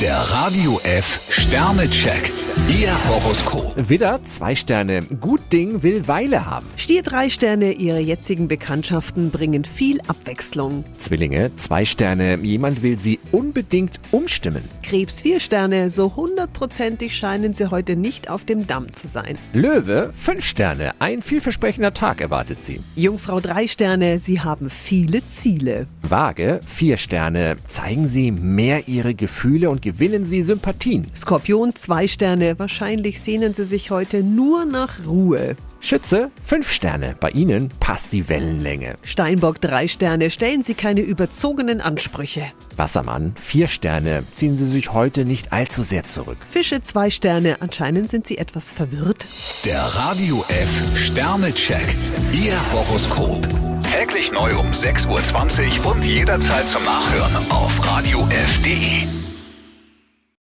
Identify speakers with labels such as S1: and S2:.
S1: Der Radio F Sternecheck. Ihr Horoskop.
S2: Widder, zwei Sterne. Gut Ding will Weile haben.
S3: Stier drei Sterne, Ihre jetzigen Bekanntschaften bringen viel Abwechslung.
S2: Zwillinge, zwei Sterne. Jemand will sie unbedingt umstimmen.
S3: Krebs vier Sterne, so hundertprozentig scheinen Sie heute nicht auf dem Damm zu sein.
S2: Löwe, fünf Sterne. Ein vielversprechender Tag erwartet sie.
S3: Jungfrau drei Sterne, Sie haben viele Ziele.
S2: Waage, vier Sterne. Zeigen Sie mehr Ihre Gefühle und gewinnen Sie Sympathien.
S3: Skorpion zwei Sterne, wahrscheinlich sehnen Sie sich heute nur nach Ruhe.
S2: Schütze, fünf Sterne. Bei Ihnen passt die Wellenlänge.
S3: Steinbock drei Sterne, stellen Sie keine überzogenen Ansprüche.
S2: Wassermann, vier Sterne. Ziehen Sie sich heute nicht allzu sehr zurück.
S3: Fische zwei Sterne, anscheinend sind Sie etwas verwirrt.
S1: Der Radio F Sternecheck. Ihr Horoskop. Täglich neu um 6.20 Uhr und jederzeit zum Nachhören auf Radio radiof.de.